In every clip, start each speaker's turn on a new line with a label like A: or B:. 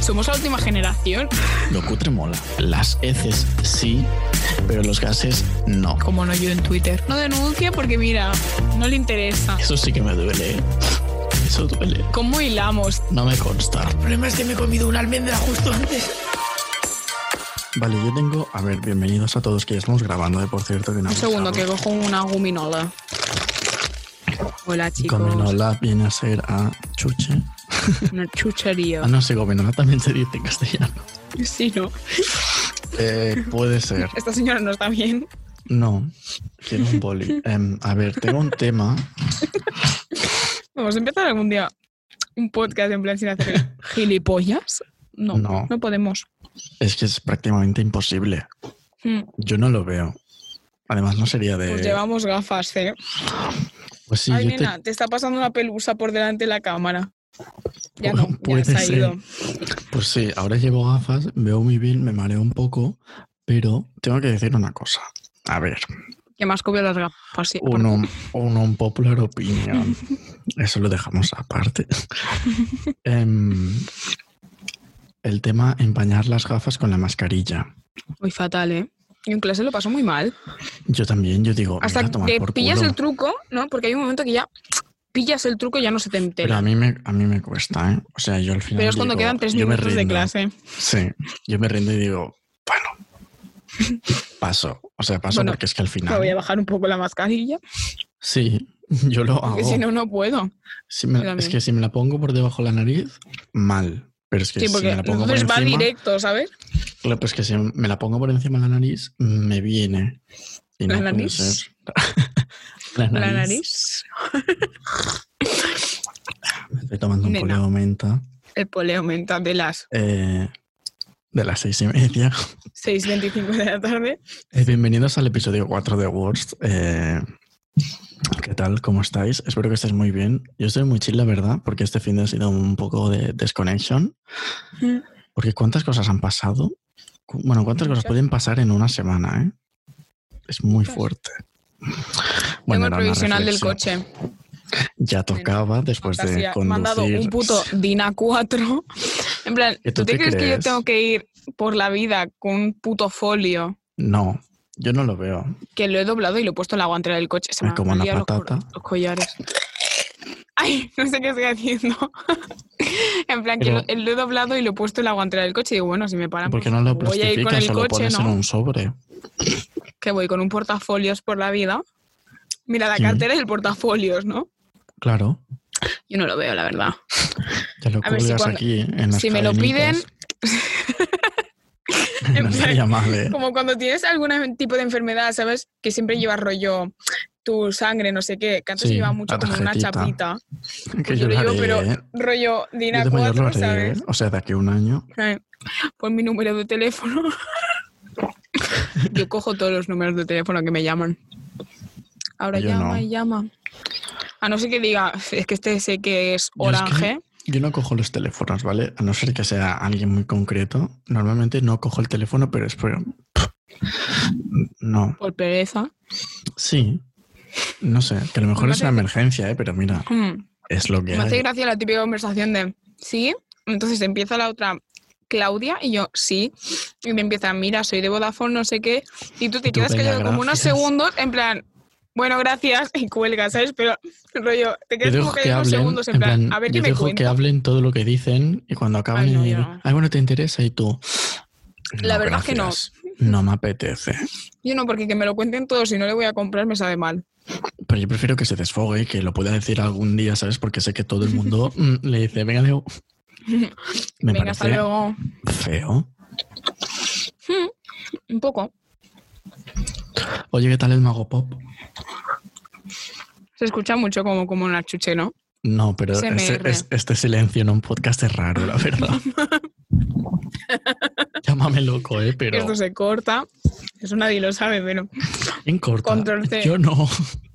A: somos la última generación.
B: Lo cutre mola. Las heces sí, pero los gases no.
A: Como no yo en Twitter. No denuncia porque mira, no le interesa.
B: Eso sí que me duele. ¿eh? Eso duele.
A: ¿Cómo hilamos?
B: No me consta.
C: El problema es que me he comido una almendra justo antes.
B: Vale, yo tengo. A ver, bienvenidos a todos que ya estamos grabando, ¿eh? por cierto. Que no
A: Un
B: hemos
A: segundo, que
B: grabado.
A: cojo una guminola. Hola, chicos.
B: Gominola viene a ser a chuche.
A: Una chuchería.
B: Ah, no sé, gominola también se dice en castellano.
A: Sí, no.
B: Eh, puede ser.
A: Esta señora no está bien.
B: No, quiero un boli. Em, a ver, tengo un tema.
A: Vamos a empezar algún día un podcast en plan sin hacer gilipollas. No,
B: No.
A: no, podemos.
B: Es que es prácticamente imposible.
A: Mm,
B: Yo no lo veo. Además, no sería de.
A: Pues llevamos gafas, ¿eh?
B: Pues Eh. sí,
A: Ay,
B: yo te-
A: nena, te... está pasando una pelusa por delante de la cámara. Ya
B: Pu-
A: no,
B: Oh, puede
A: ya se ha
B: ser.
A: ido.
B: Pues sí, ahora llevo gafas, veo muy bien, me mareo un poco, pero tengo que decir una cosa. A ver,
A: Que más copió las gafas. sí, aparte.
B: uno, un popular opinión. Eso lo dejamos aparte. Em, el tema empañar las gafas con la mascarilla.
A: Muy fatal, ¿eh? Yo en clase lo paso muy mal.
B: Yo también, yo digo,
A: Hasta
B: Pues "Me voy a tomar
A: que
B: por
A: pillas
B: culo".
A: el truco, ¿no? Porque hay un momento que ya pillas el truco y ya no se te
B: Pero
A: entera.
B: a mí me, a mí me cuesta, ¿eh? O sea, yo al final.
A: Pero es cuando
B: digo,
A: quedan tres
B: "Yo me
A: minutos de
B: rindo".
A: clase.
B: Sí, yo me rindo y digo, bueno, paso. O sea, paso
A: Bueno,
B: porque es que al
A: Me voy a
B: final.
A: bajar un poco la mascarilla,
B: Sí, yo lo hago.
A: porque si no, no puedo.
B: Si
A: Yo
B: me- es
A: también.
B: que si me la pongo por debajo de la nariz, mal. Pero es que
A: Sí,
B: si
A: porque
B: me la pongo por
A: entonces va
B: encima,
A: directo, ¿sabes?
B: claro, pero es que si me la pongo por encima de la nariz, me viene. Y
A: ¿La
B: no puede
A: nariz?
B: ser. la nariz.
A: La nariz,
B: Me estoy tomando un
A: Nena.
B: poleo menta.
A: el poleo aumenta de las
B: Eh, de las seis y media.
A: 6.25 de la tarde.
B: Eh, bienvenidos al episodio 4 de Worst. Eh, ¿Qué tal? ¿Cómo estáis? Espero que estéis muy bien. Yo estoy muy chill, la verdad, porque este fin de ha sido un poco de desconexión.
A: Mm.
B: Porque cuántas cosas han pasado. Cu- Bueno, cuántas cosas
A: Muchas.
B: pueden pasar en una semana, ¿eh? Es muy
A: Muchas.
B: fuerte.
A: Tengo
B: Bueno,
A: el
B: era una
A: provisional del
B: reflexión.
A: coche.
B: Ya tocaba después de
A: Fantasía.
B: conducir.
A: Me han dado un puto DINA 4. En plan,
B: ¿Que
A: ¿tú, te crees, que yo tengo que ir por la vida con un puto folio
B: No, yo no lo veo.
A: que lo he doblado y lo he puesto en la guantera del coche? Se
B: Me
A: me,
B: como
A: han
B: una
A: liado los cor-
B: patata.
A: Los, collares. Ay, no sé qué estoy haciendo. en plan,
B: Pero-
A: que lo, lo he doblado y lo he puesto en la guantera del coche. Y digo, bueno, si me paran,
B: Porque
A: pues,
B: no lo
A: voy a ir con
B: plastificas
A: el
B: o lo
A: coche,
B: pones en
A: ¿no?
B: un sobre.
A: Que voy con un portafolios por la vida. Mira, la
B: Sí.
A: cartera y el portafolios, ¿no?
B: Claro.
A: Yo no lo veo, la verdad.
B: Ya lo
A: A ver si
B: cuelgas
A: cuando-
B: aquí en las
A: si me lo piden,
B: cadenitas. no
A: en
B: sería mal, ¿eh?
A: Como cuando tienes algún tipo de enfermedad, ¿sabes? Que siempre llevas rollo tu sangre, no sé qué, que antes
B: Sí,
A: llevaba mucho
B: la
A: como una
B: tarjetita.
A: chapita.
B: Que
A: yo
B: yo
A: lo
B: lo
A: digo,
B: haré,
A: pero
B: ¿eh?
A: Rollo
B: Yo
A: Dina
B: de mayor lo
A: 4,
B: haré, ¿eh?
A: ¿sabes?
B: O sea, de aquí a un año.
A: Eh, Pon mi número de teléfono. Yo cojo todos los números de teléfono que me llaman. Ahora
B: Yo
A: llama
B: no.
A: y llama. A no ser que diga, es que este sé que es
B: Yo es que-
A: orange.
B: Yo no cojo los teléfonos, ¿vale? A no ser que sea alguien muy concreto. Normalmente no cojo el teléfono, pero es por... No,
A: Por pereza.
B: sí. No sé, que a lo mejor
A: Me
B: es una
A: hace-
B: emergencia, ¿eh? Pero mira,
A: Mm.
B: es lo que
A: Me hace
B: hay.
A: gracia la típica conversación de sí, entonces empieza la otra Claudia y yo sí, y me empieza, mira, soy de Vodafone, no sé qué, y tú te
B: Y tú,
A: quedas
B: venga,
A: callado como unos
B: gracias.
A: segundos en plan, bueno, gracias, y cuelgas, ¿sabes? Pero rollo, te
B: Yo
A: quedas como
B: dejo que
A: callado unos
B: hablen,
A: segundos en
B: en
A: plan,
B: plan,
A: a ver
B: yo
A: qué me
B: dejo que
A: cuenta.
B: hablen todo lo que dicen y cuando acaban
A: Ay, no,
B: de
A: yo
B: decir,
A: no.
B: ay, bueno, ¿te interesa? Y tú,
A: La verdad es que no.
B: que no. No me apetece.
A: Yo no, porque que me lo cuenten todos y no le voy a comprar me sabe mal.
B: Pero yo prefiero que se desfogue y que lo pueda decir algún día, ¿sabes? Porque sé que todo el mundo mm, le dice, venga, Leo. Me
A: Venga, hasta
B: parece
A: luego.
B: feo.
A: Un poco.
B: Oye, ¿qué tal el Mago Pop?
A: Se escucha mucho como, como una chuche, ¿no?
B: No, pero
A: SMR.
B: ese- es- este silencio en un podcast es raro, la verdad. Llámame loco, ¿eh? Pero
A: Esto se corta. Eso nadie lo sabe, pero
B: ¿quién corta?
A: Control C.
B: Yo no.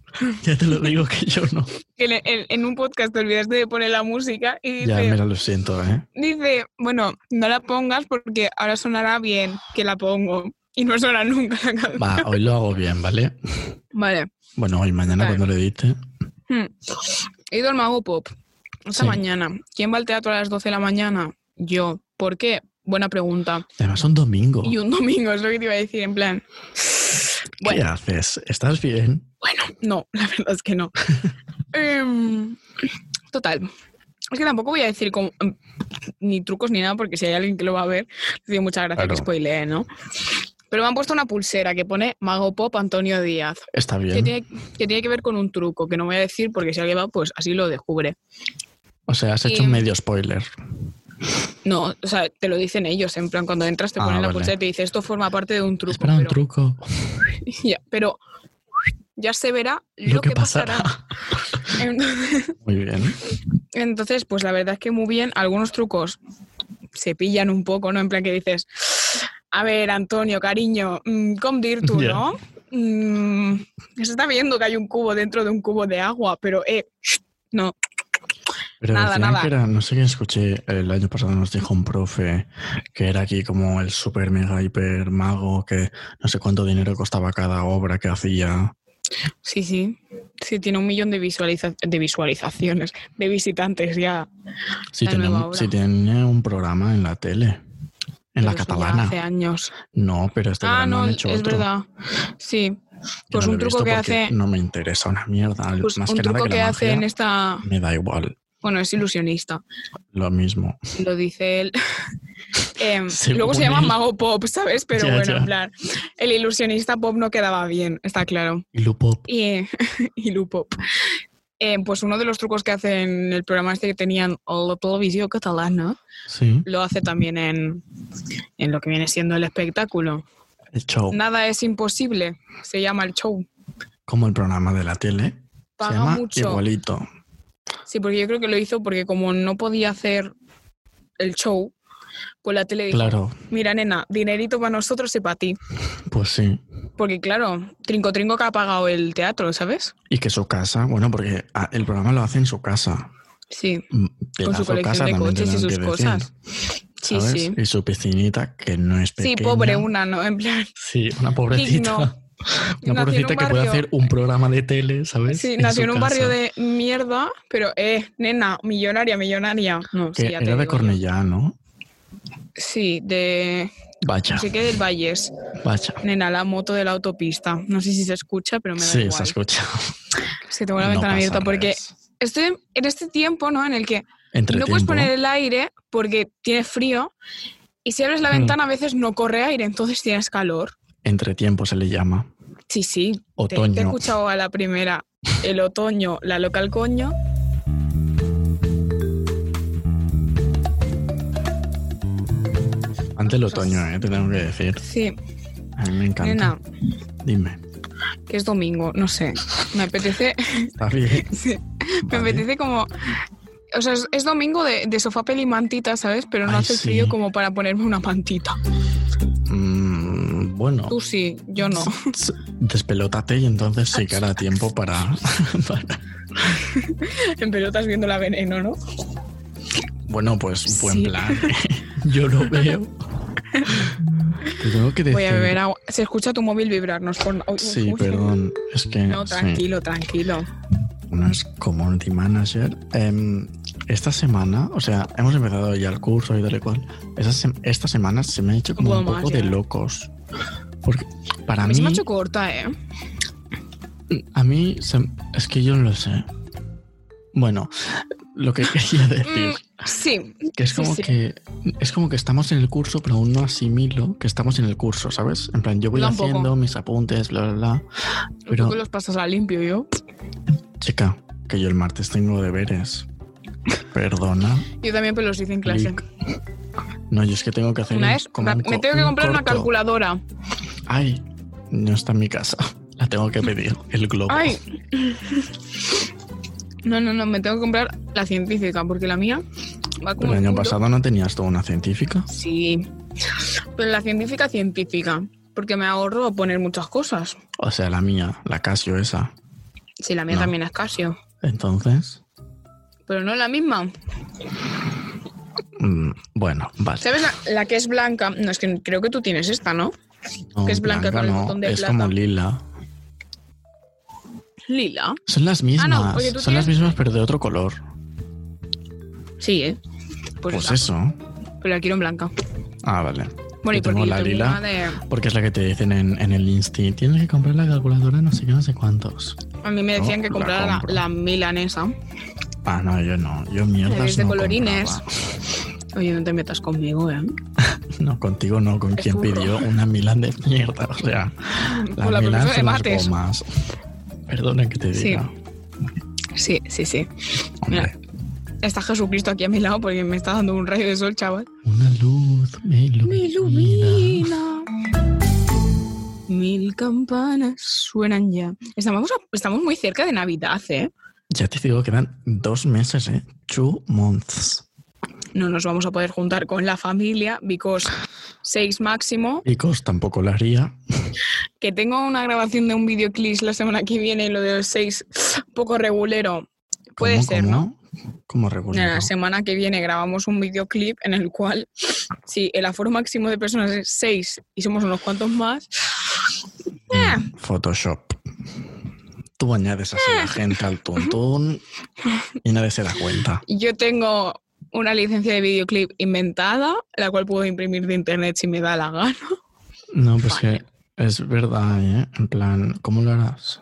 B: ya te lo digo que yo no.
A: que le- en, en un podcast te olvidaste de poner la música y
B: Ya,
A: dice,
B: mira, lo siento, ¿eh?
A: dice, bueno, no la pongas porque ahora sonará bien que la pongo. Y no suena nunca la canción.
B: Va, hoy lo hago bien, ¿vale?
A: Vale.
B: Bueno, hoy mañana
A: Vale.
B: cuando lo edite.
A: Hmm. He ido al Mago Pop esta
B: Sí.
A: mañana. ¿Quién va al teatro a las 12 de la mañana? Yo. ¿Por qué? Buena pregunta.
B: Además, un domingo.
A: Y un domingo es lo que te iba a decir, en plan.
B: ¿Qué
A: Bueno,
B: haces? ¿Estás bien?
A: bueno, no, la verdad es que no. Em, total. Es que tampoco voy a decir como- em, ni trucos ni nada, porque si hay alguien que lo va a ver, le digo muchas gracias
B: Claro.
A: que spoilee, ¿no? Pero me han puesto una pulsera que pone Mago Pop Antonio Díaz,
B: Está
A: que
B: bien.
A: tiene, que tiene que ver con un truco que no voy a decir porque si alguien va, pues así lo descubre.
B: O sea, has hecho
A: Y-
B: un medio spoiler.
A: No, o sea, te lo dicen ellos, en plan, cuando entras te
B: Ah,
A: ponen la
B: vale.
A: pulsera y te dice esto forma parte de un truco.
B: Espera, un
A: pero-
B: truco.
A: Ya, pero ya se verá lo,
B: Lo, que pasará.
A: Entonces-
B: Muy bien.
A: Entonces, pues la verdad es que muy bien, algunos trucos se pillan un poco, ¿no? En plan que dices, a ver, Antonio, cariño, mm, com dir tú,
B: Ya.
A: ¿no? Mm, se está viendo que hay un cubo dentro de un cubo de agua, pero eh, no,
B: Pero
A: Nada,
B: decían
A: nada.
B: que era, no sé quién escuché, el año pasado nos dijo un profe que era aquí como el super mega hiper mago, que no sé cuánto dinero costaba cada obra que hacía.
A: sí, sí, sí, tiene un millón de, visualiza- de visualizaciones, de visitantes ya.
B: Si
A: La
B: tenía,
A: nueva
B: un-
A: obra.
B: si tenía un programa en la tele, en
A: Pero eso
B: la
A: ya
B: catalana.
A: Hace años.
B: No, pero este
A: ah,
B: verano
A: no,
B: han
A: es
B: hecho otro.
A: verdad. Sí,
B: Yo
A: pues
B: no
A: un
B: lo he
A: truco
B: visto
A: que
B: porque
A: hace-
B: No me interesa una mierda.
A: pues
B: Más
A: un
B: que nada
A: truco
B: que,
A: que,
B: la
A: hace en
B: magia,
A: esta...
B: me da igual.
A: Bueno, es ilusionista,
B: Lo mismo.
A: lo dice él. Em,
B: Según
A: luego se llama
B: él.
A: Mago Pop, ¿sabes? Pero
B: Ya,
A: bueno,
B: ya.
A: en plan, el ilusionista pop no quedaba bien, está claro.
B: Y Lupop.
A: Y, y Lu Pop. Em, pues uno de los trucos que hace en el programa este que tenían la televisión catalana,
B: Sí.
A: lo hace también en, en lo que viene siendo el espectáculo.
B: El show.
A: Nada es imposible, se llama el show.
B: Como el programa de la tele.
A: Paga
B: se llama
A: mucho.
B: igualito.
A: Sí, porque yo creo que lo hizo porque como no podía hacer el show, pues la tele dijo,
B: Claro,
A: mira nena, dinerito para nosotros y para ti.
B: pues sí.
A: Porque claro, Trinco Trinco que ha pagado el teatro, ¿sabes?
B: Y que su casa, bueno, porque ah, el programa lo hace en su casa.
A: Sí,
B: Mm,
A: con
B: pedazo
A: su colección
B: casa
A: de
B: también
A: coches y
B: tenemos
A: sus
B: que
A: cosas.
B: decir,
A: Sí,
B: ¿sabes?
A: sí.
B: Y su piscinita, que no es
A: Sí,
B: pequeña.
A: pobre una, ¿no? En plan,
B: Sí, una pobrecita.
A: Digno. Nació en
B: Una pobrecita
A: un
B: que puede
A: barrio-
B: hacer un programa de tele, ¿sabes?
A: sí,
B: En
A: nació
B: su
A: en un barrio
B: casa.
A: de mierda, pero, eh, nena, millonaria, millonaria. No,
B: Que
A: sí, ya te
B: era de
A: digo yo.
B: Cornellá, ¿no?
A: Sí, de...
B: Vaya,
A: No sé qué del Valles.
B: vaya.
A: Nena, la moto de la autopista. No sé si se escucha, pero me da
B: Sí,
A: igual.
B: se escucha.
A: Es que tengo la
B: No
A: ventana
B: pasa
A: abierta porque
B: res.
A: estoy en este tiempo, ¿no? En el que
B: Entre
A: no puedes
B: tiempo,
A: poner el aire porque tiene frío y si abres la
B: Mm.
A: ventana a veces no corre aire, entonces tienes calor.
B: entre tiempo se le llama.
A: Sí, sí. Te, te he
B: Otoño.
A: escuchado a la primera. El otoño, la local coño.
B: Antes el otoño, ¿eh? Te tengo que decir.
A: Sí,
B: A mí me encanta.
A: nena,
B: Dime.
A: que es domingo, no sé. Me apetece,
B: Está bien.
A: sí, me
B: Vale.
A: apetece como. O sea, es, es domingo de, de sofá peli mantita, ¿sabes? Pero no
B: Ay,
A: hace
B: sí.
A: frío como para ponerme una mantita.
B: Mm, bueno.
A: Tú sí, yo no.
B: S- Despelótate y entonces sí que hará tiempo para, para-
A: En pelotas viendo la veneno, ¿no?
B: Bueno, pues buen
A: Sí.
B: plan. Yo lo veo. Te tengo que decir.
A: Voy a beber agua. Se escucha tu móvil vibrarnos por. Uy,
B: Sí,
A: uy,
B: perdón. Es que
A: No,
B: sí,
A: tranquilo, tranquilo.
B: uno es community manager. Em, esta semana, o sea, hemos empezado ya el curso y tal y cual. Esa se- esta semana se me ha hecho como
A: Buah,
B: un poco
A: más
B: de
A: ya.
B: locos. Porque para
A: A
B: mí,
A: mí se me ha hecho corta, ¿eh?
B: a mí se- es que yo no lo sé. Bueno, lo que quería decir.
A: Mm, sí,
B: Que es
A: Sí,
B: como
A: sí.
B: que es como que estamos en el curso, pero aún no asimilo que estamos en el curso, ¿sabes? En plan, yo voy
A: Yo tampoco.
B: haciendo mis apuntes, bla, bla, bla.
A: pero...
B: Pero,
A: que los pasas a limpio yo.
B: chica, que yo el martes tengo deberes. Perdona.
A: Yo también pero los hice en clase.
B: Lic. No, yo es que tengo que hacer
A: Una
B: un-
A: vez
B: como un
A: me
B: co-
A: tengo que
B: un
A: comprar una
B: corto.
A: calculadora.
B: Ay, no está en mi casa. La tengo que pedir, el globo.
A: Ay. No, no, no, me tengo que comprar la científica porque la mía va
B: Pero
A: como
B: el
A: el
B: año
A: culo.
B: pasado no tenías toda una científica.
A: Sí. Pero la científica científica, porque me ahorro poner muchas cosas.
B: O sea, la mía, la Casio esa.
A: Sí, la mía
B: No.
A: también es Casio,
B: Entonces,
A: pero no es la misma.
B: mm, bueno, vale.
A: ¿Sabes la, la que es blanca? No, es que creo que tú tienes esta, ¿no?
B: No,
A: que es blanca con el
B: no,
A: botón de
B: Es
A: plata.
B: como lila.
A: Lila.
B: Son las mismas.
A: porque Ah, tú
B: son las
A: tienes-
B: mismas, pero de otro color.
A: Sí, ¿eh? Pues,
B: Pues
A: esa.
B: eso.
A: pero la quiero en blanca.
B: Ah, vale.
A: Bueno, y
B: Yo tengo
A: porque yo
B: la
A: tengo
B: lila.
A: una de...
B: Porque es la que te dicen en, en el Insti. Tienes que comprar la calculadora no sé qué, no sé cuántos.
A: A mí me
B: No,
A: decían que
B: la
A: comprara la,
B: compro.
A: la milanesa.
B: Ah, no, yo no. Yo mierdas
A: Eres de
B: no
A: colorines.
B: compraba.
A: Oye, no te metas conmigo, ¿eh?
B: No, contigo no, con quien
A: burro.
B: pidió una Milan de mierda. O sea,
A: Con la
B: la Milan
A: profesora de
B: son las
A: mates.
B: gomas. Perdona que te
A: Sí.
B: diga.
A: Sí, sí, sí.
B: Hombre,
A: Mira. Está Jesucristo aquí a mi lado porque me está dando un rayo de sol, chaval.
B: una luz me ilumina.
A: Me ilumina. Mil campanas suenan ya. Estamos, a- estamos muy cerca de Navidad, ¿eh?
B: Ya te digo, quedan dos meses, ¿eh? Two months.
A: No nos vamos a poder juntar con la familia, because seis máximo.
B: Chicos, tampoco lo haría.
A: Que tengo una grabación de un videoclip la semana que viene y lo de los seis, poco regulero. Puede
B: ¿Cómo,
A: ser,
B: cómo?
A: ¿no?
B: Como
A: La
B: regular.
A: semana que viene grabamos un videoclip en el cual, si el aforo máximo de personas es seis y somos unos cuantos más, eh,
B: Photoshop. Tú añades así
A: Ah.
B: la gente al tuntún y nadie se da cuenta.
A: Yo tengo una licencia de videoclip inventada, la cual puedo imprimir de internet si me da la gana.
B: No, pues que es verdad, ¿eh? En plan, ¿cómo lo harás?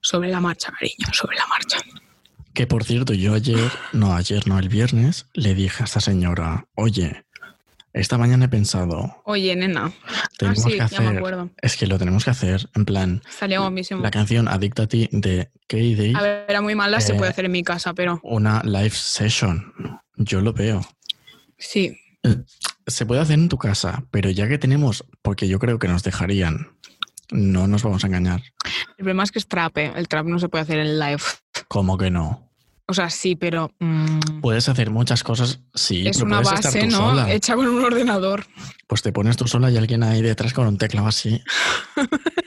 A: Sobre la marcha, cariño, sobre la marcha.
B: Que por cierto, yo ayer, no, ayer no, el viernes, le dije a esta señora, oye, esta mañana he pensado,
A: Oye, nena. Ah,
B: tenemos
A: sí,
B: que
A: ya me
B: hacer,
A: acuerdo.
B: es que lo tenemos que hacer, en plan,
A: Salía guapísimo.
B: la canción Adicta a ti de K.D.
A: A ver, era muy mala, se
B: Eh,
A: puede hacer en mi casa, pero
B: una live session. Yo lo veo.
A: sí.
B: Se puede hacer en tu casa, pero ya que tenemos, porque yo creo que nos dejarían, no nos vamos a engañar.
A: El problema es que es trap, eh, el trap no se puede hacer en live.
B: ¿Cómo que no?
A: O sea, sí, pero mm,
B: Puedes hacer muchas cosas, Pues sí,
A: es
B: pero
A: una
B: puedes
A: base,
B: estar tú
A: ¿no?
B: sola.
A: Hecha con un ordenador.
B: Pues te pones tú sola y alguien ahí detrás con un teclado así.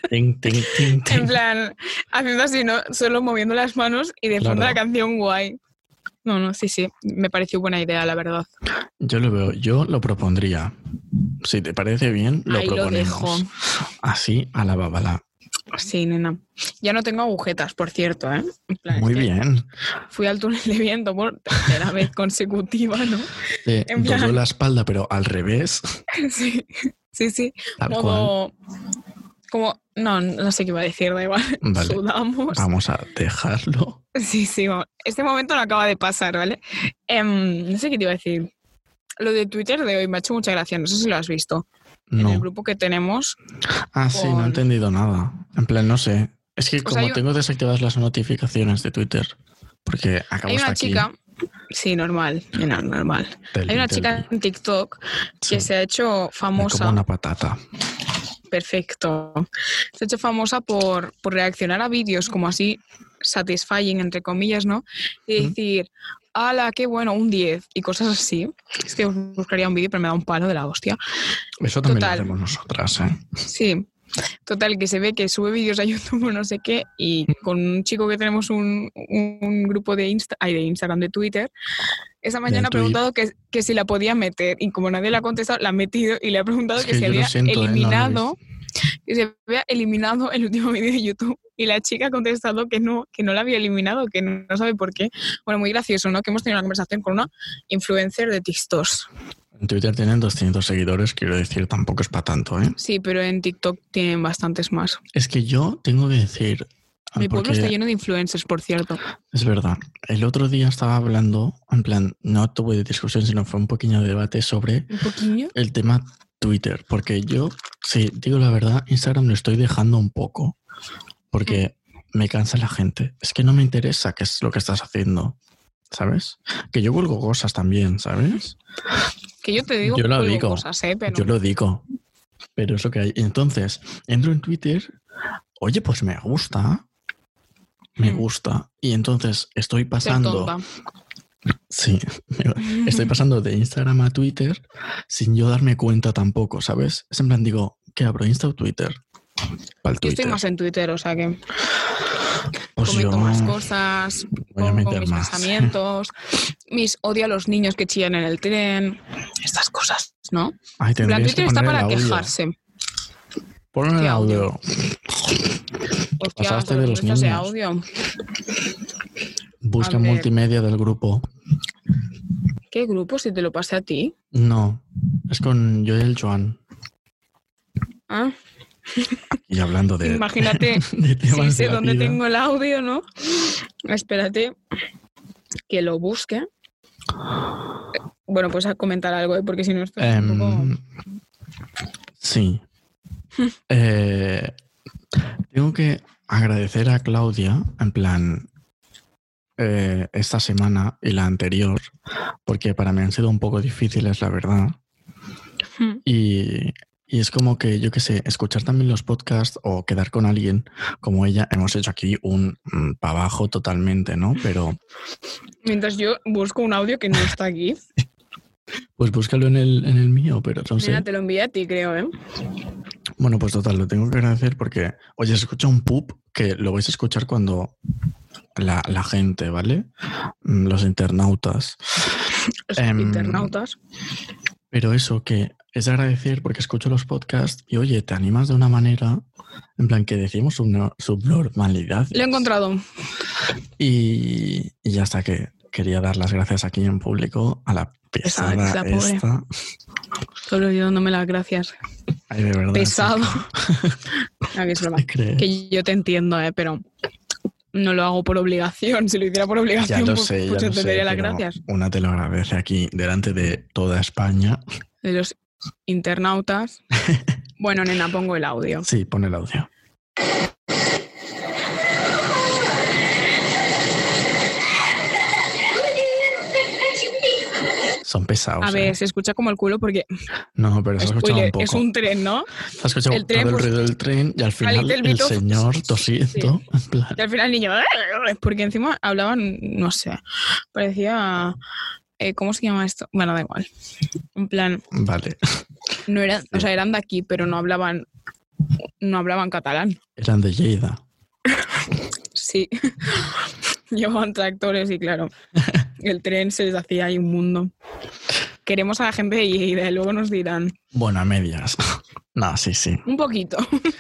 B: ting, ting, ting, ting.
A: En plan, haciendo así, ¿no? Solo moviendo las manos y de fondo
B: Claro.
A: la canción guay. No, no, sí, sí. Me pareció buena idea, la verdad.
B: Yo lo veo, yo lo propondría. Si te parece bien, lo
A: Ahí lo
B: proponemos.
A: dejo.
B: Así, a la bábala.
A: Sí, nena. Ya no tengo agujetas, por cierto, ¿eh? En plan,
B: Muy
A: es que
B: bien.
A: Fui al túnel de viento por tercera vez consecutiva, ¿no?
B: Te
A: en plan-
B: dobló la espalda, pero al revés.
A: Sí, sí, sí.
B: Tal cual.
A: Modo- Como, no, no sé qué iba a decir, da igual.
B: Vale. Ah,
A: Sudamos.
B: Vamos a dejarlo.
A: Sí, sí, vamos. Este momento no acaba de pasar, ¿vale? Em, no sé qué te iba a decir. Lo de Twitter de hoy me ha hecho mucha gracia, no sé si lo has visto. En el
B: No.
A: grupo que tenemos,
B: Ah, sí, no
A: con- Pues
B: he entendido nada. En plan, no sé. Es que
A: sea,
B: como
A: yo-
B: tengo desactivadas las notificaciones de Twitter, porque acabo
A: hay
B: hasta
A: una
B: aquí
A: chica. Sí, normal, nena, normal.
B: del-
A: Hay una
B: del-
A: chica en TikTok que
B: sí,
A: se ha hecho
B: me
A: famosa.
B: como una patata.
A: Perfecto. Se ha hecho famosa por, por reaccionar a vídeos como así, satisfying, entre comillas, ¿no? Y
B: Ujú.
A: decir, ala, qué bueno, un 10 y cosas así. Es que buscaría un vídeo, pero me da un palo de la hostia.
B: Eso también
A: Total.
B: lo hacemos nosotras, ¿eh?
A: Sí. Total, que se ve que sube vídeos a YouTube o no sé qué, y con un chico que tenemos un, un grupo de, Insta, ay, de Instagram, de Twitter, esa mañana ha
B: Twi-
A: preguntado que, que si la podía meter, y como nadie le ha contestado, la ha metido y le ha preguntado
B: Es
A: que,
B: que
A: se
B: yo lo
A: había
B: siento, ¿eh? No lo
A: eliminado, que se había eliminado el último vídeo de YouTube, y la chica ha contestado que no, que no la había eliminado, que no, no sabe por qué. Bueno, muy gracioso, ¿no? Que hemos tenido una conversación con una influencer de TikTok.
B: En Twitter tienen 200 seguidores, quiero decir, tampoco es para tanto, ¿eh?
A: Sí, pero en TikTok tienen bastantes más.
B: Es que yo tengo que decir...
A: Mi pueblo
B: porque-
A: está lleno de influencers, por cierto.
B: Es verdad. El otro día estaba hablando, en plan, no tuve discusión, sino fue un pequeño debate sobre
A: ¿Un poquillo?
B: el tema Twitter, porque yo, si digo la verdad, Instagram lo estoy dejando un poco, porque me cansa la gente. Es que no me interesa qué es lo que estás haciendo, ¿sabes? Que yo cuelgo cosas también, ¿sabes?
A: Que yo te digo
B: Yo lo
A: cuelgo
B: digo.
A: cosas, ¿eh? Pero
B: Yo lo digo, pero es lo que hay. Entonces, entro en Twitter, oye, pues me gusta, me
A: Mm.
B: gusta, y entonces estoy
A: ser
B: pasando,
A: tonta.
B: sí, Estoy pasando de Instagram a Twitter sin yo darme cuenta tampoco, ¿sabes? Es en plan, digo, ¿qué abro? ¿Insta o Twitter? Pa'l
A: Yo
B: Twitter.
A: estoy más en Twitter, o sea que
B: Pues
A: comento
B: yo
A: más cosas,
B: voy a
A: pongo
B: meter
A: mis
B: más.
A: pensamientos, mis odio a los niños que chillan en el tren, estas cosas, ¿no?
B: Ay,
A: En plan,
B: tendrías que
A: Twitter está
B: poner el
A: para
B: audio.
A: quejarse.
B: Pon el
A: ¿Qué audio?
B: audio.
A: Hostia,
B: pasaste
A: sobre
B: de
A: todo
B: los
A: estas de
B: niños.
A: audio.
B: Busca
A: A ver.
B: multimedia del grupo.
A: Que qué grupo? Si te lo pasé a ti.
B: No, es con Joel Joan.
A: Ah,
B: Y hablando de,
A: Imagínate,
B: de
A: sí
B: temas
A: sé
B: de la
A: dónde
B: vida,
A: tengo el audio, ¿no? Espérate que lo busque. Bueno, pues a comentar algo, ¿eh? porque si no esto es un poco...
B: em, Sí. Eh, tengo que agradecer a Claudia, en plan, eh, esta semana y la anterior, porque para mí han sido un poco difíciles, la verdad. Em,
A: Hmm.
B: Y, y es como que, yo qué sé, escuchar también los podcasts o quedar con alguien como ella, hemos hecho aquí un para abajo totalmente, ¿no? Pero
A: Mientras yo busco un audio que no está aquí.
B: pues búscalo en el, en el mío, pero no sé.
A: Mira, te lo envié a ti, creo, ¿eh?
B: Bueno, pues total, lo tengo que agradecer porque, oye, se escucha un pub que lo vais a escuchar cuando la, la gente, ¿vale? Mm, Los internautas.
A: Los
B: Em,
A: internautas.
B: Pero eso que es de agradecer porque escucho los podcasts y, oye, te animas de una manera, en plan, que decimos subno- subnormalidad.
A: Lo he encontrado.
B: Y, y ya está, que quería dar las gracias aquí en público a la
A: Pesada
B: pesada
A: que es la pobre.
B: esta.
A: Solo yo dándome las gracias.
B: Ay, de verdad.
A: Pesado.
B: chica,
A: No, que es broma.
B: ¿te crees?
A: Que yo te entiendo, ¿eh? Pero no lo hago por obligación. Si lo hiciera por
B: Ya
A: obligación,
B: lo
A: pues,
B: sé, ya
A: pues
B: lo
A: te
B: sé,
A: daría las
B: pero
A: gracias.
B: Una te lo agradece aquí delante de toda España.
A: De los internautas. Bueno, nena, pongo el audio.
B: Sí, pon el audio. Son pesados.
A: A ver,
B: eh.
A: se escucha como el culo porque
B: No, pero se ha escuchado un
A: spoiler,
B: poco.
A: es un tren, ¿no?
B: Se ha escuchado
A: el tren,
B: todo el
A: pues,
B: ruido del tren y al final
A: Little
B: el
A: Bit of-
B: señor tosiendo. en plan,
A: Y al final el niño, porque encima hablaban, no sé, parecía... eh, ¿Cómo se llama esto? Bueno, da igual. En plan,
B: Vale,
A: no eran, o sea, eran de aquí, pero no hablaban, no hablaban catalán.
B: eran de Lleida.
A: Sí. Llevaban tractores y claro, el tren se les hacía ahí un mundo. Queremos a la gente de Lleida, y luego nos dirán
B: Bueno, a medias. no, sí, sí.
A: un poquito.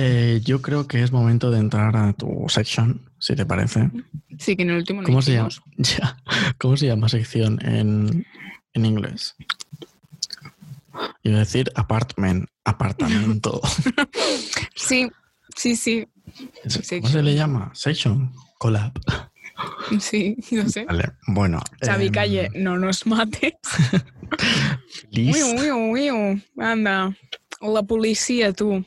B: Eh, yo creo que es momento de entrar a tu section, si te parece.
A: Sí, que en el último no
B: ¿Cómo se llama?
A: hicimos.
B: Ya. ¿Cómo se llama sección en, en inglés? Iba a decir apartment, apartamento.
A: Sí, sí, sí,
B: ¿Cómo se le llama? Section, collab.
A: sí, no sé.
B: Vale, bueno.
A: Xavi
B: em,
A: Calle, no nos mates.
B: Liz,
A: Uiu, uiu, uiu. Anda. La policía, tú.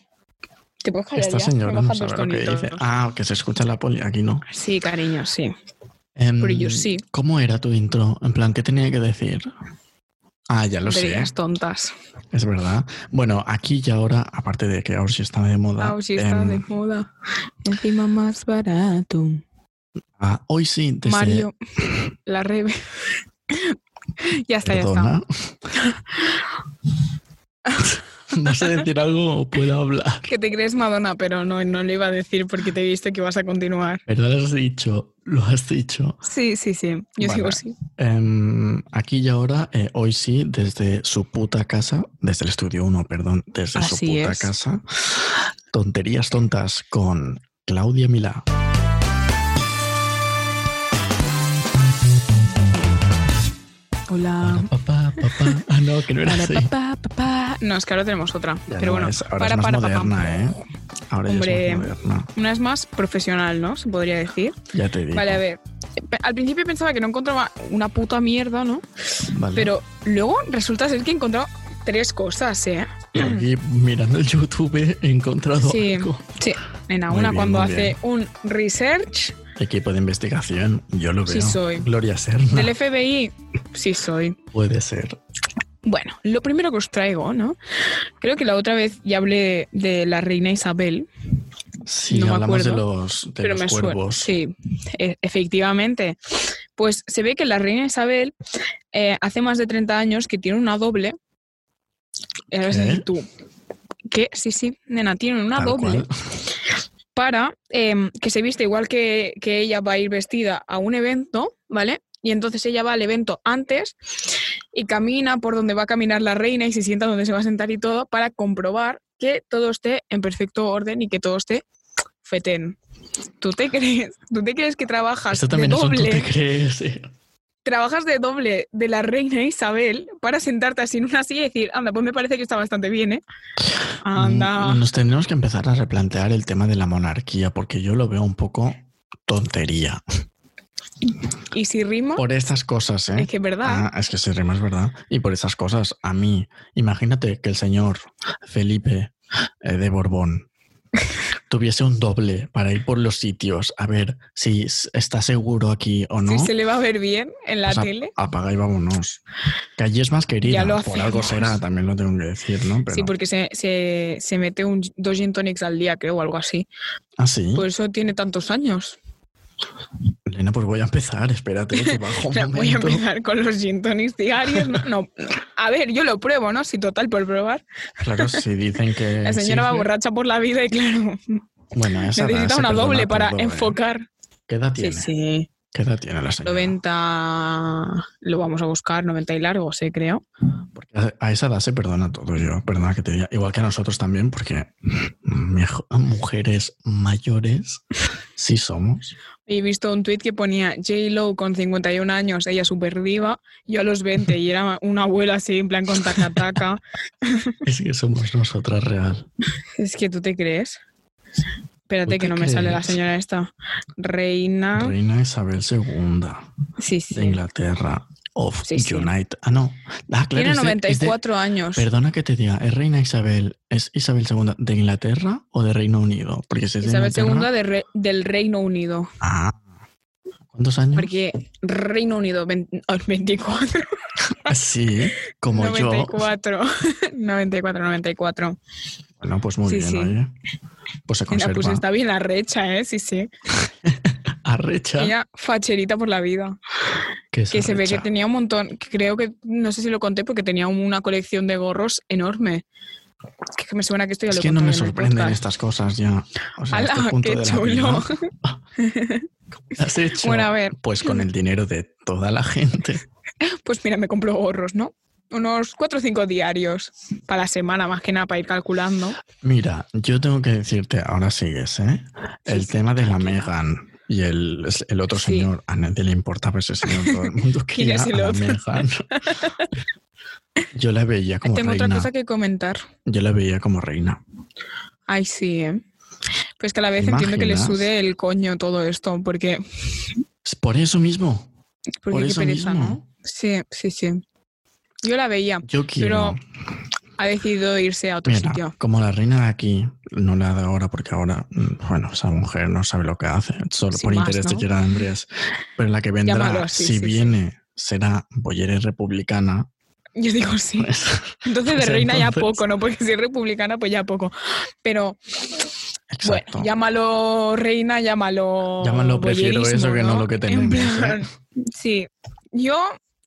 A: Te puedes callar
B: esta
A: ya? Me
B: señora no
A: bajas
B: sabe
A: dos
B: lo que
A: tonitos.
B: dice. Ah, que se escucha la poli, aquí no.
A: Sí, cariño, sí.
B: Em,
A: Pero yo sí.
B: ¿Cómo era tu intro? En plan, ¿qué tenía que decir? Ah, ya lo sé.
A: Tonterías tontas.
B: Es verdad. Bueno, aquí y ahora, aparte de que Aussie está de moda.
A: Ah, sí, está
B: em,
A: de moda. Encima más barato.
B: ah, hoy sí, desde,
A: Mario, la rebe. ya está, ya está.
B: Perdona. no sé decir algo o puedo hablar.
A: Que te crees Madonna, pero no, no lo iba a decir porque te he visto que vas a continuar.
B: Pero lo has dicho, lo has dicho.
A: Sí, sí, sí. Yo
B: Vale.
A: sigo sí.
B: Em, aquí y ahora, eh, hoy sí, desde su puta casa, desde el estudio 1, perdón, desde su
A: Así
B: puta
A: es.
B: casa. Tonterías tontas con Claudia Milá.
A: Hola. Ah.
B: Para, papá, papá. Ah, no, que no era
A: Para,
B: así.
A: papá, papá. No, es que ahora tenemos otra.
B: Ya
A: pero
B: no
A: bueno,
B: es, ahora
A: para,
B: es más
A: para, papá.
B: moderna, ¿eh? Ahora ya
A: Hombre.
B: es más moderna.
A: Una es más profesional, ¿no? Se podría decir.
B: Ya te digo.
A: Vale, a ver. Pe- Al principio pensaba que no encontraba una puta mierda, ¿no?
B: Vale.
A: Pero luego resulta ser que he encontrado tres cosas, ¿eh?
B: Y aquí, mirando el YouTube, he encontrado
A: Sí.
B: algo.
A: Sí. Nena,
B: Muy
A: una
B: bien,
A: cuando
B: muy
A: hace
B: bien.
A: un research
B: Equipo de investigación, yo lo veo.
A: Sí soy.
B: Gloria Serna.
A: del FBI. Sí, soy.
B: Puede ser.
A: Bueno, lo primero que os traigo, ¿no? Creo que la otra vez ya hablé de la reina Isabel,
B: Sí,
A: No me
B: hablamos de
A: acuerdo,
B: los, de
A: pero
B: los
A: me suena.
B: cuervos.
A: Sí, e- efectivamente. Pues se ve que la reina Isabel eh, hace más de 30 años que tiene una doble. Y ahora vas a
B: ¿Qué?
A: decir tú. ¿Qué? Sí, sí, nena, tiene una
B: Tal
A: Ah, doble
B: cual.
A: para em, que se viste igual que, que ella va a ir vestida a un evento, ¿vale? Y entonces ella va al evento antes y camina por donde va a caminar la reina y se sienta donde se va a sentar y todo para comprobar que todo esté en perfecto orden y que todo esté fetén. ¿Tú te crees? ¿Tú te crees que trabajas
B: Esto
A: Ah, de
B: también es un tú
A: doble
B: te crees. eh.
A: trabajas de doble de la reina Isabel para sentarte así en una silla y decir, anda, pues me parece que está bastante bien, ¿eh? Anda.
B: Mm, Nos tendremos que empezar a replantear el tema de la monarquía, porque yo lo veo un poco tontería.
A: Y si rima,
B: Por estas cosas, ¿eh?
A: es que es verdad.
B: Ah, es que se rima, es verdad. Y por esas cosas, a mí, imagínate que el señor Felipe eh, de Borbón tuviese un doble para ir por los sitios a ver si s- está seguro aquí o no.
A: Si se le va a ver bien en la
B: Pues ap-
A: tele.
B: Apaga y vámonos. Que allí es más querida.
A: Ya lo
B: por algo
A: hacemos.
B: será, también lo tengo que decir, ¿no? Pero,
A: Sí, porque se, se, se mete un, dos gin tonics al día, creo, o algo así.
B: ah, sí.
A: Por eso tiene tantos años.
B: Elena, pues voy a empezar. Espérate, que bajo
A: O
B: un
A: sea, voy a
B: momento.
A: empezar con los gin tonics diarios. No, no. A ver, yo lo pruebo, ¿no? Si total, por probar.
B: Claro, si dicen que.
A: La señora va
B: sirve-
A: borracha por la vida y claro,
B: Bueno, Eh, esa edad
A: necesita
B: se
A: una
B: perdona
A: doble para
B: todo, ¿eh?
A: enfocar.
B: ¿Qué edad
A: Sí,
B: tiene?
A: sí.
B: ¿Qué edad tiene la señora?
A: 90, lo vamos a buscar, 90 y largo, sí, creo.
B: Porque a- a esa edad se perdona todo yo, perdona que te diga. Igual que a nosotros también, porque mej- mujeres mayores sí somos.
A: He visto un tuit que ponía J-Lo con 51 años, ella súper diva, yo a los 20 y era una abuela así, en plan con taca-taca.
B: Es que somos nosotras real.
A: es que tú te crees.
B: ¿Tú
A: Espérate que
B: te
A: no me sale la
B: crees?
A: señora esta. Reina.
B: Reina Isabel II
A: Ah. sí,
B: de
A: sí.
B: Inglaterra of
A: Sí, sí.
B: United. Ah, no. Ah, claro,
A: Tiene
B: es de- es de-
A: 94 años.
B: perdona que te diga, ¿es Reina Isabel, es Isabel II de Inglaterra o de Reino Unido? Porque si es de
A: Isabel II
B: Inglaterra-
A: de Re- del Reino Unido.
B: Ah. ¿Cuántos años?
A: Porque Reino Unido, 20 ay, 24.
B: Sí, como yo.
A: 94. 94, 94.
B: Bueno, pues muy
A: Sí,
B: bien,
A: sí.
B: oye. Pues se
A: Mira,
B: conserva.
A: pues está bien la recha, ¿eh? Sí, sí.
B: Arrecha.
A: Ella facherita por la vida.
B: que es
A: Que se ve que
B: Pues arrecha.
A: tenía un montón. que Creo que, no sé si lo conté, porque tenía una colección de gorros enorme. Que es que me suena que esto ya
B: Es
A: lo
B: que
A: he
B: no me
A: contado en el
B: sorprenden
A: podcast.
B: estas cosas ya. O sea, a este
A: ¡Hala,
B: punto
A: qué
B: de la
A: chulo!
B: vida, ¿cómo lo has hecho?
A: Bueno, a ver.
B: Pues con el dinero de toda la gente.
A: Pues mira, me compro gorros, ¿no? Unos cuatro o cinco diarios para la semana, más que nada, para ir calculando.
B: Mira, yo tengo que decirte, ahora sigues, ¿eh? El tema de la Megan y el, el otro
A: Sí.
B: señor, a nadie le importaba ese señor, todo el mundo
A: ¿Quién
B: quería
A: es
B: a
A: el
B: la
A: otro?
B: Meghan. Yo la veía como
A: Tengo otra
B: reina.
A: cosa que comentar.
B: Yo la veía como reina.
A: Ay, sí, ¿eh? Pues que a la vez entiendo que le
B: imaginas?
A: sude el coño todo esto, porque,
B: Es Por eso mismo.
A: porque
B: Por
A: qué
B: eso
A: pereza, ¿no?
B: mismo.
A: Sí, sí, sí. Yo la veía.
B: Yo
A: Pero
B: quiero.
A: Ha decidido irse a otro
B: Mira,
A: sitio.
B: Pues como la reina de aquí, no la de ahora, porque ahora, mm, bueno, esa mujer no sabe lo que hace, solo
A: Sin
B: por
A: más,
B: interés
A: ¿no?
B: de Gerard Andrés. Pero la que vendrá,
A: Llámalo así,
B: si
A: sí, sí.
B: viene, será Boyere republicana.
A: Yo digo sí.
B: Pues,
A: Entonces de
B: pues
A: reina ya
B: entonces-
A: poco, ¿no? Porque si es republicana, pues ya poco. Pero
B: exacto.
A: bueno, llámalo reina, llámalo.
B: Llámalo, prefiero
A: boyerismo,
B: eso que no lo que
A: En
B: tenemos, ¿eh?
A: plan, Sí. Yo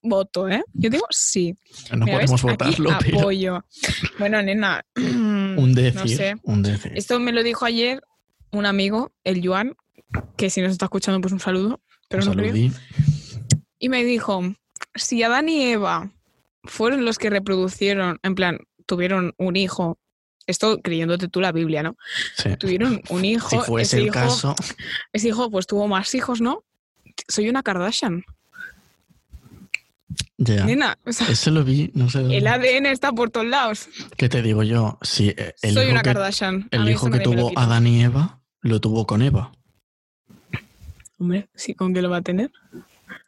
A: voto, ¿eh? Yo digo sí.
B: no
A: Mira, ¿ves?
B: podemos
A: Aquí
B: votarlo, pero
A: apoyo. Bueno, nena.
B: un decir,
A: No sé.
B: un decir.
A: Esto me lo dijo ayer un amigo, el Joan, que si nos está escuchando, pues un saludo. Pero
B: Un
A: no creo.
B: saludí.
A: Y me dijo, si Adán y Eva fueron los que reproducieron, en plan, tuvieron un hijo, esto creyéndote tú la Biblia, ¿no?
B: Sí.
A: Tuvieron un hijo,
B: Si
A: ese,
B: fuese el
A: hijo
B: caso,
A: ese hijo pues tuvo más hijos, ¿no? Soy una Kardashian.
B: ya. Mm.
A: Nena, o sea,
B: Eso lo vi, no sé. dónde.
A: el ADN está por todos lados.
B: ¿Qué te digo yo? Si eh, el
A: Soy
B: hijo
A: una
B: que,
A: Kardashian. A
B: el
A: mí
B: hijo
A: eso
B: que
A: nadie me lo
B: tuvo
A: quita.
B: Adán y Eva, lo tuvo con Eva.
A: Hombre, sí, ¿con qué lo va a tener?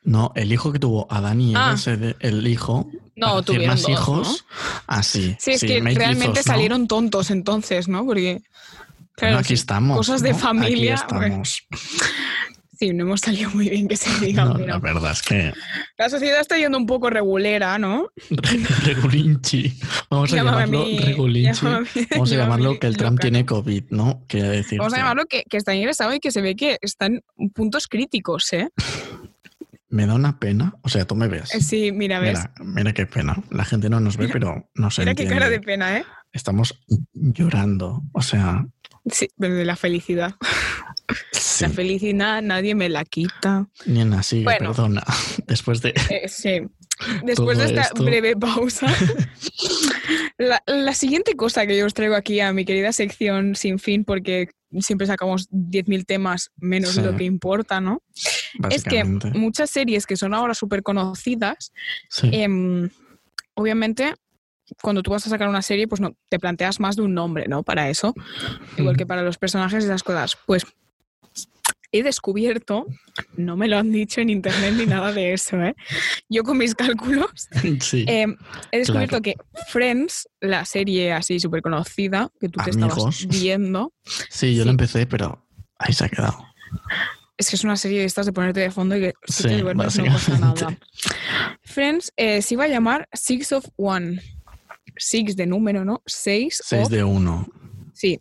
B: No, el hijo que tuvo Adán y Eva,
A: Ah.
B: ese de- el hijo.
A: No,
B: para hacer
A: tuvieron
B: más
A: dos,
B: hijos. Ah, Así.
A: Sí, es que realmente salieron tontos entonces, ¿no? Porque... Claro,
B: aquí
A: sí.
B: estamos.
A: cosas de
B: ¿no?
A: familia,
B: Aquí estamos.
A: Sí, no hemos salido muy bien que se diga,
B: No,
A: pero
B: la verdad es que.
A: la sociedad está yendo un poco regulera, ¿no?
B: Regulinchi. Vamos a
A: Llámame a
B: llamarlo
A: mí-
B: Regulinchi.
A: llámame mí-
B: Vamos a
A: llámame
B: llamarlo que el Trump
A: loca.
B: tiene COVID, ¿no? Quiere decir.
A: Vamos a
B: que
A: llamarlo que, que está ingresado y que se ve que están en puntos críticos, ¿eh?
B: Me da una pena. O sea, tú me ves.
A: Eh, Sí, mira, ves.
B: Mira, mira qué pena. La gente no nos ve, pero no se
A: Mira, qué cara de
B: entiende.
A: pena, ¿eh?
B: Estamos llorando. O sea,
A: Sí, pero de la felicidad.
B: sí.
A: La felicidad nadie me la quita.
B: Nena, sigue,
A: Bueno.
B: perdona. Después de.
A: Eh, sí. Después de
B: Todo
A: esta
B: esto.
A: breve pausa, la, la siguiente cosa que yo os traigo aquí a mi querida sección sin fin, porque siempre sacamos 10.000 temas menos
B: Sí.
A: lo que importa, ¿no? Es que
B: básicamente.
A: muchas series que son ahora súper conocidas,
B: Sí,
A: em, obviamente, cuando tú vas a sacar una serie, pues no te planteas más de un nombre, ¿no? Para eso, igual
B: Mm.
A: que para los personajes y esas cosas. Pues he descubierto, no me lo han dicho en internet ni nada de eso, ¿eh? Yo con mis cálculos
B: sí.
A: em, he descubierto que Friends, la serie así súper conocida que tú te
B: Amigos.
A: estabas viendo,
B: Sí, yo
A: sí.
B: lo empecé, pero ahí se ha quedado.
A: es que es una serie de estas de ponerte de fondo y que si
B: Sí,
A: te duermes no pasa nada.
B: básicamente.
A: Friends eh, se iba a llamar Six of One. Six de número, ¿no? Seis,
B: 6
A: of...
B: de 1.
A: Sí,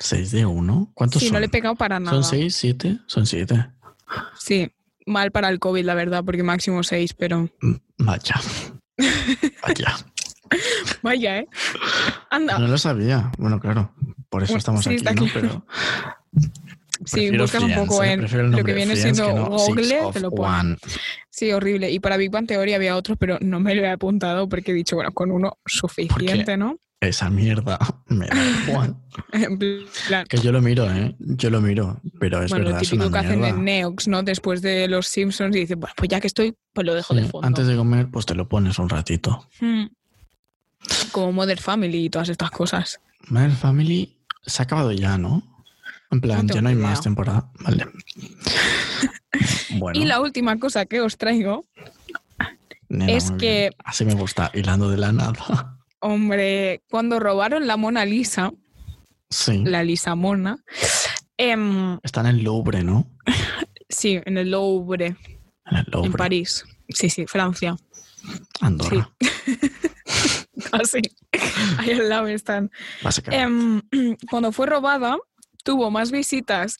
B: 6 de 1. ¿Cuántos
A: sí
B: son?
A: no le he pegado para nada.
B: ¿Son 6, 7? Son 7.
A: Sí, mal para el COVID, la verdad, porque máximo seis, pero...
B: Mm, Vaya. Vaya.
A: Vaya, ¿eh? Anda,
B: No lo sabía. Bueno, claro. Por eso
A: Bueno,
B: estamos
A: sí,
B: aquí,
A: está
B: ¿no?
A: claro.
B: Pero
A: sí,
B: prefiero
A: buscas un
B: Friends,
A: poco
B: ¿eh?
A: en
B: Prefiero el
A: lo
B: nombre
A: que
B: de
A: viendo
B: Friends
A: siendo
B: que no Six
A: Google,
B: of
A: te lo ponen.
B: One.
A: Sí, horrible. Y para Big Bang Theory había otros, pero no me lo he apuntado porque he dicho, bueno, con uno suficiente, ¿no?
B: Esa mierda. Me da igual.
A: En plan,
B: Que yo lo miro, ¿eh? Yo lo miro. Pero es
A: bueno, lo
B: verdad, es
A: típico que
B: una
A: hacen
B: mierda.
A: en Neox, ¿no? Después de Los Simpsons y dicen, bueno, pues ya que estoy, pues lo dejo de
B: Sí,
A: fondo.
B: Antes de comer, pues te lo pones un ratito.
A: Hmm. Como Mother Family y todas estas cosas.
B: Mad Family se ha acabado ya, ¿no? En plan,
A: No tengo
B: ya no hay
A: ni idea.
B: más temporada. Vale. Bueno,
A: Y la última cosa que os traigo,
B: nena,
A: es
B: muy
A: que-
B: bien. Así me gusta, hilando de la nada.
A: hombre, cuando robaron la Mona Lisa,
B: ¿Mm? Sí.
A: la Lisa Mona, em,
B: Está en el Louvre, ¿no?
A: sí, en el Louvre,
B: En el Louvre.
A: en París. Sí, sí, Francia.
B: Andorra.
A: Así. Ahí al lado están.
B: Básicamente.
A: Em, cuando fue robada, tuvo más visitas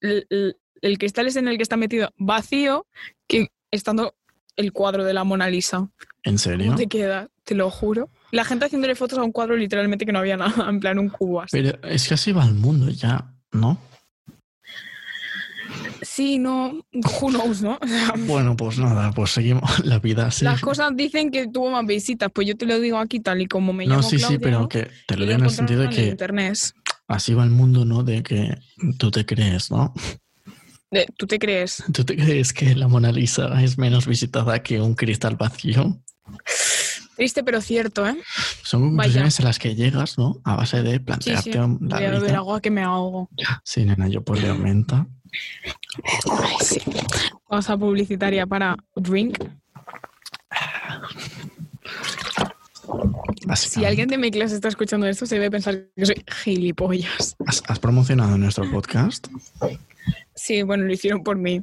A: l- l- el, cristal es en el que está metido vacío que estando el cuadro de la Mona Lisa.
B: ¿En
A: ¿Cómo
B: serio?
A: te queda? Te lo juro. La gente haciéndole fotos a un cuadro literalmente que no había nada, en plan un cubo así.
B: Pero es que así va el mundo ya, ¿no?
A: Sí, no, who knows, ¿no? O sea,
B: Bueno, pues nada, pues seguimos la vida así.
A: Las cosas dicen que tuvo más visitas, pues yo te lo digo aquí tal y como me
B: No,
A: llamo
B: sí,
A: Claudia,
B: sí, pero
A: ¿no?
B: que te lo
A: Y
B: digo en el
A: encontraron
B: sentido de
A: en
B: que
A: internet.
B: así va el mundo, ¿no? De que tú te crees, ¿no?
A: De- ¿Tú te crees?
B: ¿Tú te crees que la Mona Lisa es menos visitada que un cristal vacío?
A: Triste pero cierto, ¿eh?
B: Son conclusiones a las que llegas, ¿no? A base de
A: Sí,
B: plantearte
A: sí.
B: la
A: Voy a beber
B: vida.
A: agua que me ahogo.
B: Sí, nena, yo pues le aumenta.
A: Ay, sí. Pausa publicitaria para Drink. Si
B: Básicamente.
A: alguien de mi clase está escuchando esto, se debe pensar que soy gilipollas.
B: ¿Has, has promocionado nuestro podcast?
A: Sí, bueno, lo hicieron por mí.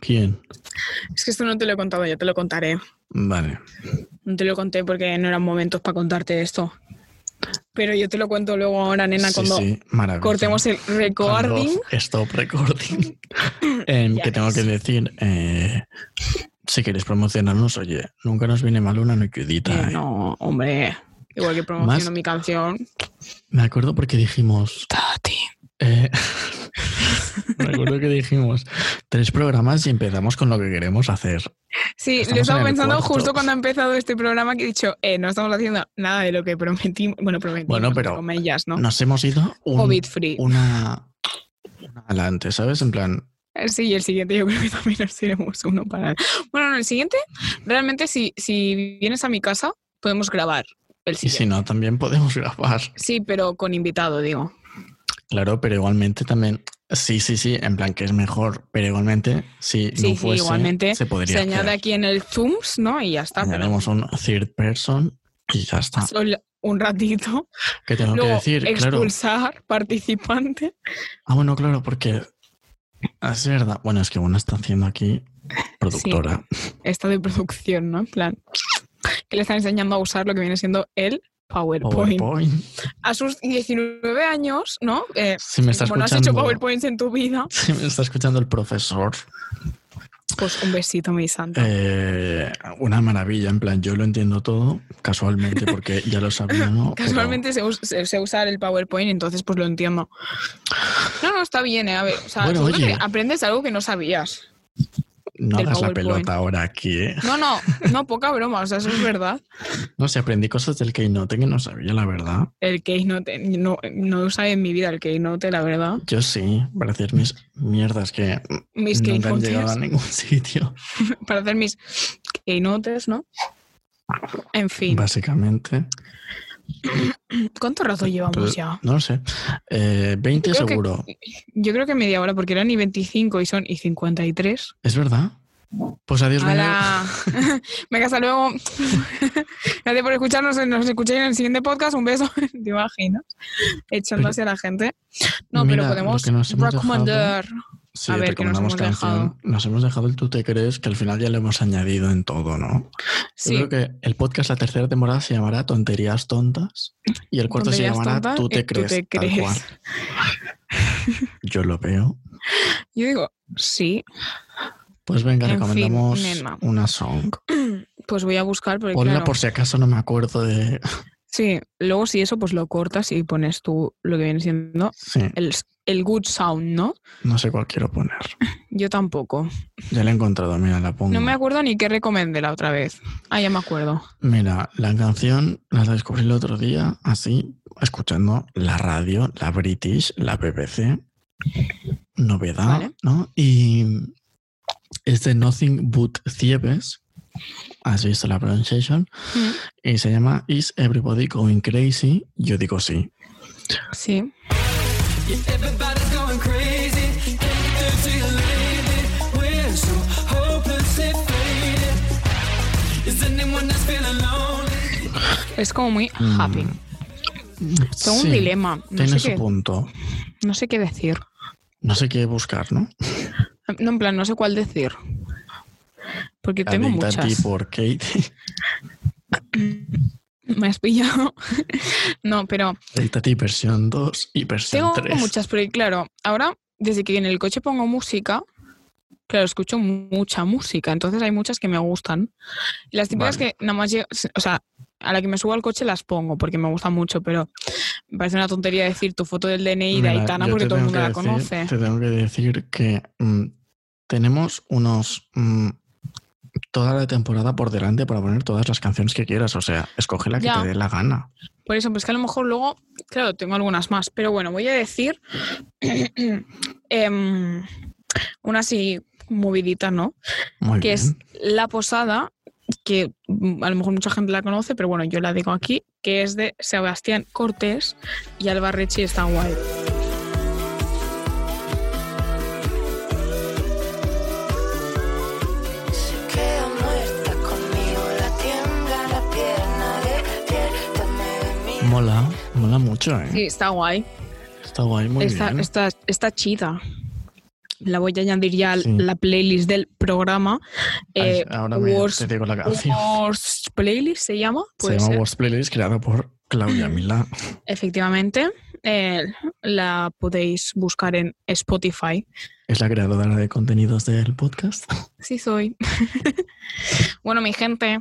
B: ¿Quién?
A: Es que esto no te lo he contado, yo te lo contaré.
B: Vale.
A: No te lo conté porque no eran momentos para contarte esto. Pero yo te lo cuento luego ahora, nena,
B: sí,
A: cuando
B: sí, maravilloso.
A: cortemos el
B: Cuando
A: recording.
B: Stop recording. Em,
A: Ya
B: que tengo
A: ves.
B: que decir, eh, si queréis promocionarnos, oye, nunca nos viene mal una nochudita.
A: Eh,
B: ¿eh?
A: no, hombre. Igual que promociono
B: Más-
A: mi canción.
B: Me acuerdo porque dijimos,
A: Tati.
B: Eh, me acuerdo que dijimos tres programas y empezamos con lo que queremos hacer.
A: Sí,
B: Estamos
A: lo estaba
B: en el
A: pensando
B: cuarto.
A: justo cuando ha empezado este programa que he dicho, eh, no estamos haciendo nada de lo que prometimos. Bueno, prometimos,
B: Bueno,
A: entre
B: pero
A: comillas, ¿no?
B: Nos hemos ido un-
A: COVID free.
B: una, una adelante, ¿sabes? En plan,
A: Eh, Sí, y el siguiente yo creo que también nos iremos uno para... Bueno, no, el siguiente, realmente si, si vienes a mi casa, podemos grabar el
B: y si
A: siguiente.
B: no, también podemos grabar.
A: Sí, pero con invitado, digo.
B: Claro, pero igualmente también, sí, sí, sí, en plan que es mejor, pero igualmente, si
A: Sí,
B: no
A: sí,
B: fuese,
A: igualmente
B: se podría
A: Se añade
B: hacer.
A: aquí ah, en el Zooms, ¿no? Y ya está. pero
B: Añadimos un third person y ya está.
A: solo un ratito.
B: ¿Qué tengo que
A: Luego,
B: decir? Claro.
A: expulsar participante.
B: Ah, bueno, claro, porque es verdad. Bueno, es que una está haciendo aquí productora.
A: esta de producción, ¿no? En plan, que le están enseñando a usar lo que viene siendo el PowerPoint.
B: PowerPoint.
A: A sus 19 años, ¿no? Eh,
B: Si me está
A: como no has
B: escuchando,
A: hecho PowerPoints en tu vida,
B: si me está escuchando el profesor,
A: pues un besito, mi santo.
B: eh, una maravilla. En plan, yo lo entiendo todo casualmente porque ya lo sabía, Pues ¿no? Pero
A: Casualmente se us- se- se usa el PowerPoint, entonces pues lo entiendo. No, no, está bien, ¿eh? A ver, o sea,
B: Bueno,
A: seguro
B: oye.
A: que aprendes algo que no sabías.
B: No
A: Del
B: hagas la
A: PowerPoint.
B: pelota ahora aquí, ¿eh?
A: No, no, no, poca broma, o sea, eso es verdad.
B: No sé, aprendí cosas del Keynote que no sabía, la verdad.
A: El Keynote, no, no lo sabe en mi vida el Keynote, la verdad.
B: Yo sí, para hacer mis mierdas que
A: Mis
B: nunca han llegado a
A: Keynotes,
B: ningún sitio.
A: para hacer mis Keynotes, ¿no? En fin,
B: Básicamente.
A: ¿cuánto rato llevamos
B: Entonces,
A: ya?
B: No lo sé. Eh, 20
A: Creo que-
B: seguro.
A: Yo creo que media hora, porque eran y 25 y son y 53.
B: ¿Es verdad? Pues adiós, me
A: ¡Hala! Venga, hasta luego. Gracias por escucharnos. Nos escucháis en el siguiente podcast. Un beso. ¿Te imaginas? Echándose a la gente. No,
B: Mira, lo
A: pero podemos
B: que nos hemos
A: recomendar.
B: Sí,
A: A ver, que nos
B: recomendamos
A: hemos dejado.
B: canción. Nos hemos dejado el tú te crees, que al final ya lo hemos añadido en todo, ¿no?
A: Sí.
B: Yo creo que el podcast, la tercera temporada, se llamará Tonterías Tontas y el cuarto se
A: Tonterías
B: llamará
A: tontas
B: Tú
A: y
B: te
A: tú
B: crees.
A: te
B: tal
A: crees.
B: cual. Yo lo veo.
A: Yo digo, sí,
B: Pues venga,
A: En fin,
B: recomendamos
A: nena.
B: una song.
A: pues voy a buscar. Porque,
B: Ponla
A: claro,
B: por si acaso no me acuerdo de.
A: Sí, luego si eso, pues lo cortas y pones tú lo que viene siendo
B: Sí,
A: el, el good sound, ¿no?
B: no sé cuál quiero poner.
A: Yo tampoco.
B: Ya la he encontrado, mira, la pongo.
A: No me acuerdo ni qué recomendé la otra vez. Ah, ya me acuerdo.
B: Mira, la canción la descubrí el otro día, así, escuchando la radio, la British, la BBC. Novedad,
A: Vale.
B: ¿no? Y es de Nothing But Thieves. Has visto la pronunciación.
A: Mm,
B: Y se llama Is Everybody Going Crazy? Yo digo sí.
A: Sí.
D: Everybody's going crazy, getting dirty and lazy. We're so hopelessly faded. Is anyone else feeling lonely?
A: Es como muy happy. Tengo
B: Mm, Sí,
A: un dilema. No
B: Tiene
A: sé,
B: su
A: qué,
B: punto.
A: no sé qué decir.
B: No sé qué buscar, ¿no?
A: No, en plan, no sé cuál decir. Porque tengo
B: Adicta a ti
A: muchas.
B: por Kate.
A: Me has pillado. no, pero
B: Adicta a ti versión 2 y versión
A: tengo
B: 3.
A: muchas, porque claro, ahora desde que en el coche pongo música, claro, escucho mu- mucha música, entonces hay muchas que me gustan. Y las típicas
B: Vale.
A: que nada más, lle- o sea, a la que me subo al coche las pongo porque me gustan mucho, pero me parece una tontería decir tu foto del DNI de
B: Mira,
A: Aitana
B: yo
A: porque
B: te
A: todo el mundo
B: tengo
A: la
B: que decir-
A: conoce.
B: Te tengo que decir que mm, tenemos unos mm, toda la temporada por delante para poner todas las canciones que quieras. O sea, escoge la que
A: Ya.
B: te dé la gana.
A: Por eso, pues que a lo mejor luego, claro, tengo algunas más, pero bueno, voy a decir em, una así movidita, ¿no?
B: Muy
A: Que
B: bien.
A: es La Posada, que mm, a lo mejor mucha gente la conoce, pero bueno, yo la digo aquí, que es de Sebastián Cortés y Alba Rechi está guay.
E: Se queda muerta conmigo, la tiembla la pierna, despiértame de mí.
B: Mola, mola mucho, ¿eh?
A: Sí, está guay.
B: Está guay, muy
A: Está,
B: bien.
A: está, está chida. La voy a añadir ya a
B: Sí.
A: la playlist del programa.
B: Ay,
A: Eh,
B: Ahora me,
A: Worst-
B: te digo la canción.
A: Humors Playlist se llama.
B: Se
A: Puede
B: llama
A: ser.
B: Worst Playlist, creado por Claudia Milá.
A: Efectivamente, eh, la podéis buscar en Spotify.
B: Es la creadora de contenidos del podcast.
A: Sí, soy. bueno, mi gente,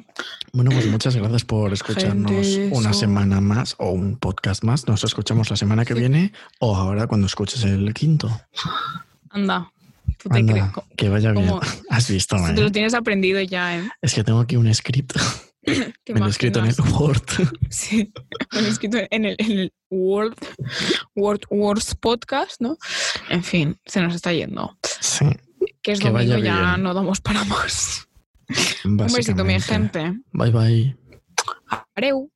B: Bueno, pues muchas gracias por escucharnos
A: Gente,
B: una
A: eso.
B: semana más o un podcast más. Nos escuchamos la semana que
A: Sí.
B: viene o ahora cuando escuches el quinto.
A: anda. Tú te
B: Anda,
A: crees. co-
B: que vaya bien.
A: como-
B: Has visto,
A: si
B: ¿eh?
A: Te lo tienes aprendido ya, ¿eh?
B: Es que tengo aquí un script.
A: ¿Te
B: Me lo he escrito en el
A: imaginas?
B: Word.
A: Sí, me lo he escrito en el, en el Word, Word, Words Podcast, ¿no? En fin, se nos está yendo.
B: Sí,
A: Que es
B: Que vaya
A: domingo, ya
B: bien.
A: no damos para más. Un besito,
B: básicamente.
A: mi gente.
B: Bye, bye.
A: Areu.